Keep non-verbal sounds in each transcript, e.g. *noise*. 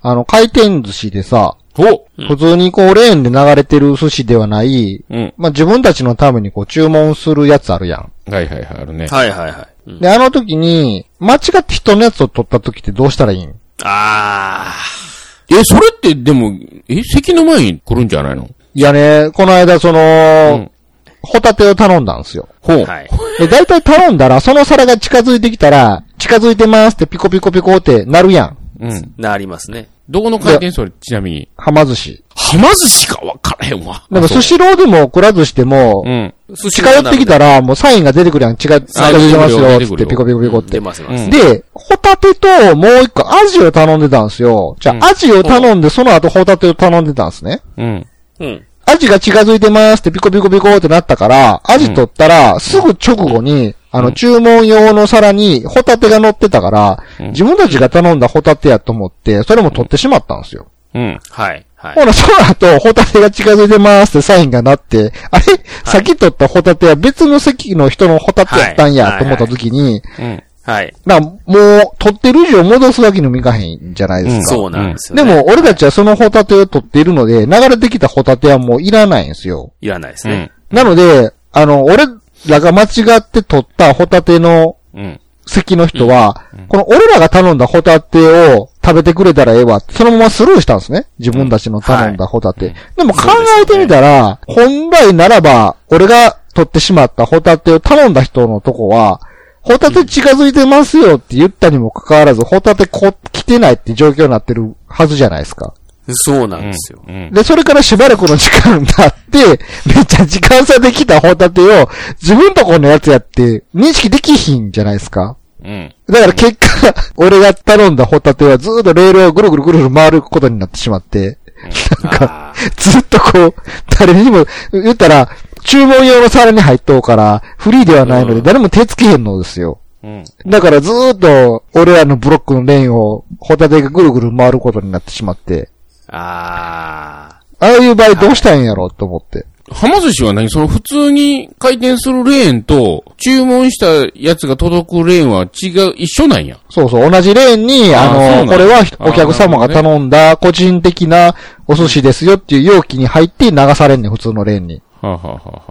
あの、回転寿司でさ、お普通にこう、レーンで流れてる寿司ではない、うん。まあ、自分たちのためにこう、注文するやつあるやん。はいはいはい、あるね。はいはいはい。うんで、あの時に、間違って人のやつを取った時ってどうしたらいいんあえ、それってでも、え、席の前に来るんじゃないのいやね、この間その、うん。ホタテを頼んだんすよ。ほう。ー。はい。で、大体頼んだら、その皿が近づいてきたら、近づいてますってピコピコピコってなるやん。うん。なりますね。どこの回転それ、ちなみに。はま寿司。はま寿司かわからへんわ。でもあそスうシローでもくら寿司でもう、ん。寿近寄ってきたら、もうサインが出てくるやん。違う、近づいてますよ、つってピコピコピコっ出て。ます出うまんす。で、ホタテともう一個アジを頼んでたんすよ。じゃうんあ、アジを頼んで、その後ホタテを頼んでたんすね。うん。うん。アジが近づいてますってピコピコピコってなったから、アジ取ったら、すぐ直後に、あの、注文用の皿にホタテが乗ってたから、自分たちが頼んだホタテやと思って、それも取ってしまったんですよ。うん。はい。はいほ。ら、その後、ホタテが近づいてますってサインがなって、あれさっき取ったホタテは別の席の人のホタテやったんはやいと思った時に、うん。はい。な、もう、取ってる以上戻すわけにもいかへんじゃないですか。そうなんですよでね。も、俺たちはそのホタテを取っているので、流れてきたホタテはもういらないんですよ。いらないですうねん。。なので、あの、俺らが間違って取ったホタテのうん。席の人は、この俺らが頼んだホタテを食べてくれたらええわ、そのままスルーしたんですね。自分たちの頼んだホタテ。でも考えてみたら、本来ならば、俺が取ってしまったホタテを頼んだ人のとこは、ホタテ近づいてますよって言ったにもかかわらず、ホタテこ来てないって状況になってるはずじゃないですか。そうなんうんですよ。うん。で、それからしばらくの時間があって、めっちゃ時間差できたホタテを自分とこのやつやって認識できひんじゃないですか。うん。だから結果、俺が頼んだホタテはずっとレールをぐるぐるぐるぐる回ることになってしまって、なんあか、ずっとこう、誰にも言ったら、注文用の皿に入っとうから、フリーではないので誰も手つけへんのですよ。うん。だからずっと、俺らのブロックのレーンを、ホタテがぐるぐる回ることになってしまって、ーあああいう場合どうしたらいいんやろうと思って。はま寿司は何その普通に回転するレーンと、注文したやつが届くレーンは違う、一緒なんや。そうそう、同じレーンに、あーあそうなんの、だこれはあーお客様が頼んだ個人的なお寿司ですよっていう容器に入って流されんねん、普通のレーンに。はあ、はあはあは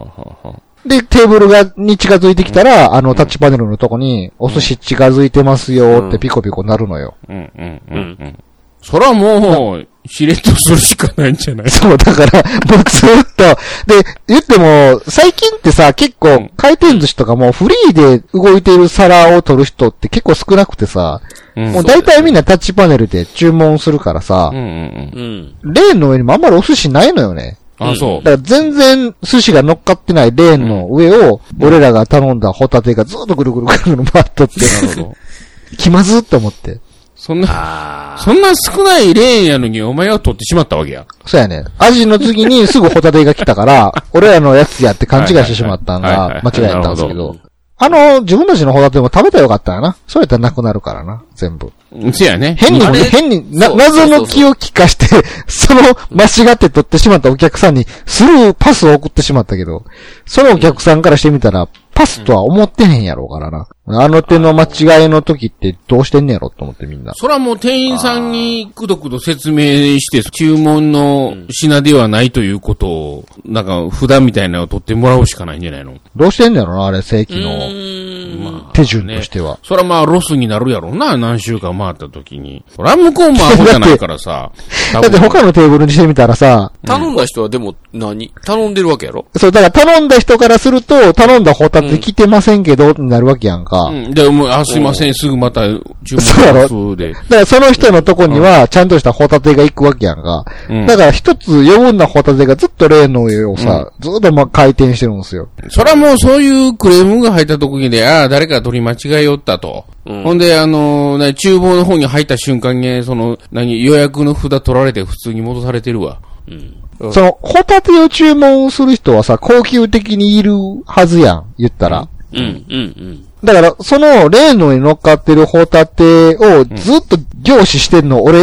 あはあで、テーブルが、に近づいてきたら、あの、タッチパネルのとこに、お寿司近づいてますよってピコピコなるのよ。 *laughs* うんうんうんうん。そらもう、しれっとするしかないんじゃないそう、だから、もうずっと、で、言っても、最近ってさ、結うん構、回転寿司とかもフリーで動いている皿を取る人って結構少なくてさ、うんもう大体みんなタッチパネルで注文するからさうんう、んうんー。うん。レーンの上にもあんまりお寿司ないのよね。あ、そだから全然寿司が乗っかってないレーンの上を、俺らが頼んだホタテがずっとぐるぐるぐるぐる回っとってう。、なるほど。 *laughs* 気まずっと思って。そんな、あそんな少ないレーンやのにお前は取ってしまったわけや。そうやね。アジの次にすぐホタテが来たから、俺らのやつやって勘違いしてしまったんはいはいはがい、間違えたんですなけるほど。あの、自分たちのホタテも食べたらよかったよな。そうやったらなくなるからな、全部。うんせやね。変にあ、れ変に、なそう謎の気を利かして、 *laughs* その間違って取ってしまったお客さんにスルーパスを送ってしまったけど、そのお客さんからしてみたら、パスとは思ってへんやろうからな。あの手の間違いの時ってどうしてんねやろと思ってみんな。そらもう店員さんにくどくど説明して、注文の品ではないということを、なんか札みたいなのを取ってもらうしかないんじゃないのどうしてんねやろな、あれ正ー。規うのーん。まあ手順としては。そらまあロスになるやろうな、何週間回った時に。そら向こうもアホじゃないからさ。 *laughs* だだって他のテーブルにしてみたらさ、頼んだ人はでも何頼んでるわけやろそう、だから頼んだ人からすると、頼んだホタテ来てませんけど、になるわけやんか。うん。で、もう、あ、すいません、すぐまた注文そうやろそうで。だからその人のとこには、ちゃんとしたホタテが行くわけやんか。うんだから一つ余分なホタテがずっと例の上をさ、ずっとまあ回転してるんですよ。そらもうそういうクレームが入った時で、ああ、誰か取り間違えよったと。うんほんで、あのー、な厨房の方に入った瞬間に、その、何、予約の札取られて普通に戻されてるわ。うん。うんその、ホタテを注文する人はさ、高級的にいるはずやん、言ったら。うん、うん、だから、その、例の上に乗っかってるホタテをずっと凝視してんの俺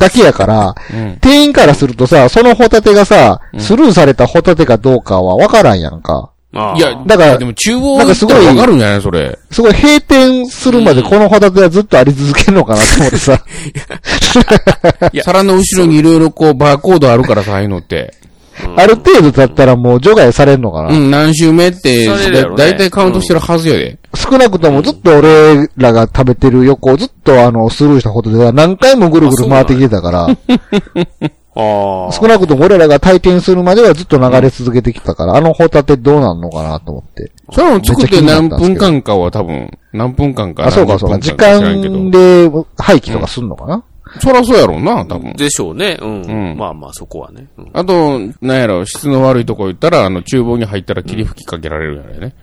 だけやから、 *laughs* うん。店員からするとさ、そのホタテがさ、スルーされたホタテかどうかはわからんやんか。うん。ああいや、だからでも厨房なん行かっすたごいらわかるんじゃないそれ。 *laughs* すごい閉店するまでこのホタテはずっとあり続けるのかなと思ってさ。いや皿の後ろにいろいろこう、バーコードあるからさ、ああいうのって。ある程度だったらもう除外されんのかな、うん、何周目って、されるやだろねだいたいカウントしてるはずやで。少なくともずっと俺らが食べてる横をずっとあの、スルーしたことで何回もぐるぐる回ってきてたから、ああ。少なくとも俺らが体験するまではずっと流れ続けてきたから、あのホタテどうなんのかなと思って。それも作っめっちゃて気何になったんです分けど間かは多分、何分間か。あ、そうかそうか。何十時分知らんけど間で廃棄とかすんのかな、そらそうやろうな、多分。でしょうね。うん。うんまあまあ、そこはね。うんあと、なんやろ、質の悪いとこ言ったら、あの、厨房に入ったら霧吹きかけられるやろね。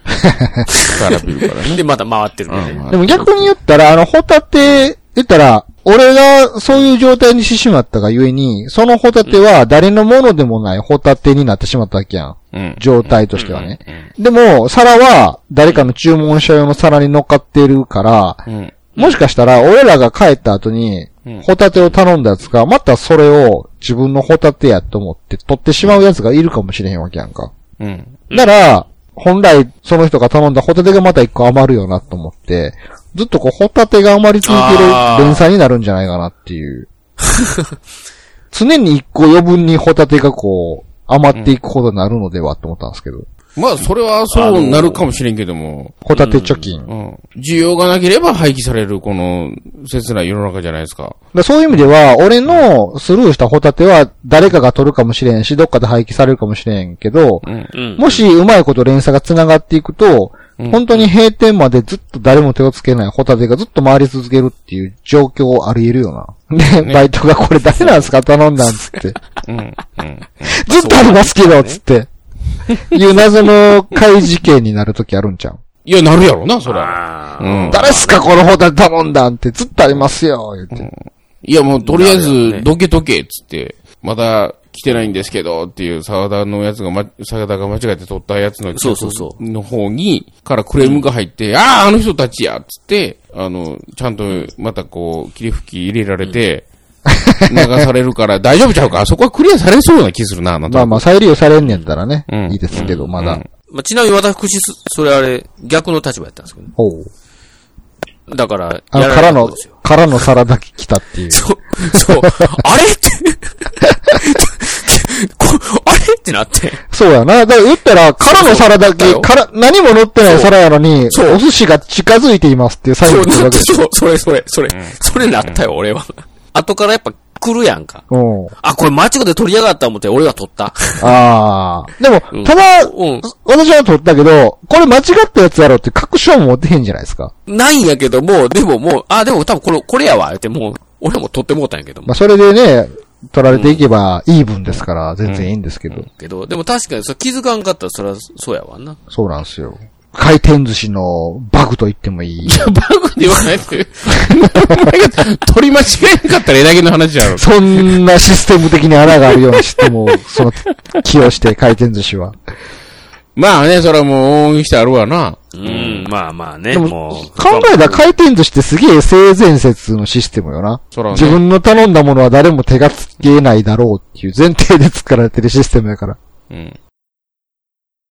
からビルからね。で、また回ってるね。うんでも逆に言ったら、あの、ホタテ、言ったら、俺がそういう状態にしてしまったがゆえに、そのホタテは誰のものでもないホタテになってしまったわけやん。うん。状態としてはね。でも、皿は誰かの注文者用の皿に乗っかってるから、うん。もしかしたら俺らが帰った後にうん、ホタテを頼んだやつが、またそれを自分のホタテやと思って取ってしまうやつがいるかもしれへんわけやんか。うん。なら、本来その人が頼んだホタテがまた一個余るよなと思って、ずっとこうホタテが余り続けるあー連鎖になるんじゃないかなっていう。常に一個余分にホタテがこう、余っていくほどになるのではと思ったんですけど。まあ、それはそうなるかもしれんけども、ホタテ貯金。だかうん。需要がなければ廃棄される、この、切ない世の中じゃないですか。らそういう意味では、俺のスルーしたホタテは誰かが取るかもしれんし、どっかで廃棄されるかもしれんけど、うん。うん。もしうまいこと連鎖が繋がっていくと、本当に閉店までずっと誰も手をつけないホタテがずっと回り続けるっていう状況あり得るよな。ね、 *laughs* バイトがこれ誰なんですか頼んだんつって。うん。うん。 *laughs* ずっとありますけど、つって。いう謎の怪事件になるときあるんじゃん。いや、なるやろな、それは。あうあ。ん。誰っすかこのホタテ頼んだんってずっとありますよ、言って。いや、もう、とりあえなるよねず、どけどけっつって、まだ来てないんですけど、っていう、沢田のやつが、ま、沢田が間違えて取ったやつの、そうそうその方に、からクレームが入って、ああ、あの人たちやっつって、あの、ちゃんと、またこう、霧吹き入れられて、流されるから、大丈夫ちゃうかあそこはクリアされそうな気するな、あなた。まあまあ、再利用されんねんだらねうん。いいですけど、まだ。まあ、ちなみに私、すそれあれ、逆の立場やったんですけどね。おう。だから、あの、やらかれらたことのですよ。、からの皿だけ来たっていう。そう、そう、 *laughs* あれって、 *laughs* こあれってなって。そうやな。だから言ったら、空の皿だそうけ、そうから、何も乗ってない皿やのに、そうお寿司が近づいていますっていうサイそンがう、来るなわって、けです。そう、それ、それ、それ、それなったよ、俺は。後からやっぱ来るやんか。うん。あ、これ間違って取りやがった思って、俺が取った。 *laughs* ああ。でもうん、ただ、うん私は取ったけど、これ間違ったやつやろって確証も持ってへんじゃないですか。ないんやけども、でももう、あ、でも多分これ、これやわ、言ってもう、俺も取ってもうたんやけどもまあ、。それでね、取られていけば、イーブンですから、全然いいんですけど。けど、でも確かにそれ気づかんかったら、そりゃ、そうやわな。そうなんですよ。回転寿司のバグと言ってもいい。バグで言わな *laughs* いって。お前が取り間違えなかったらえだけの話やろ。そんなシステム的に穴があるようなシステムを、その、起用して回転寿司は。まあね、それはもう、応援してあるわな。うん、まあまあね、でももう。考えたら回転寿司ってすげえ性善説のシステムよな。そらね自分の頼んだものは誰も手がつけないだろうっていう前提で作られてるシステムやから。うん。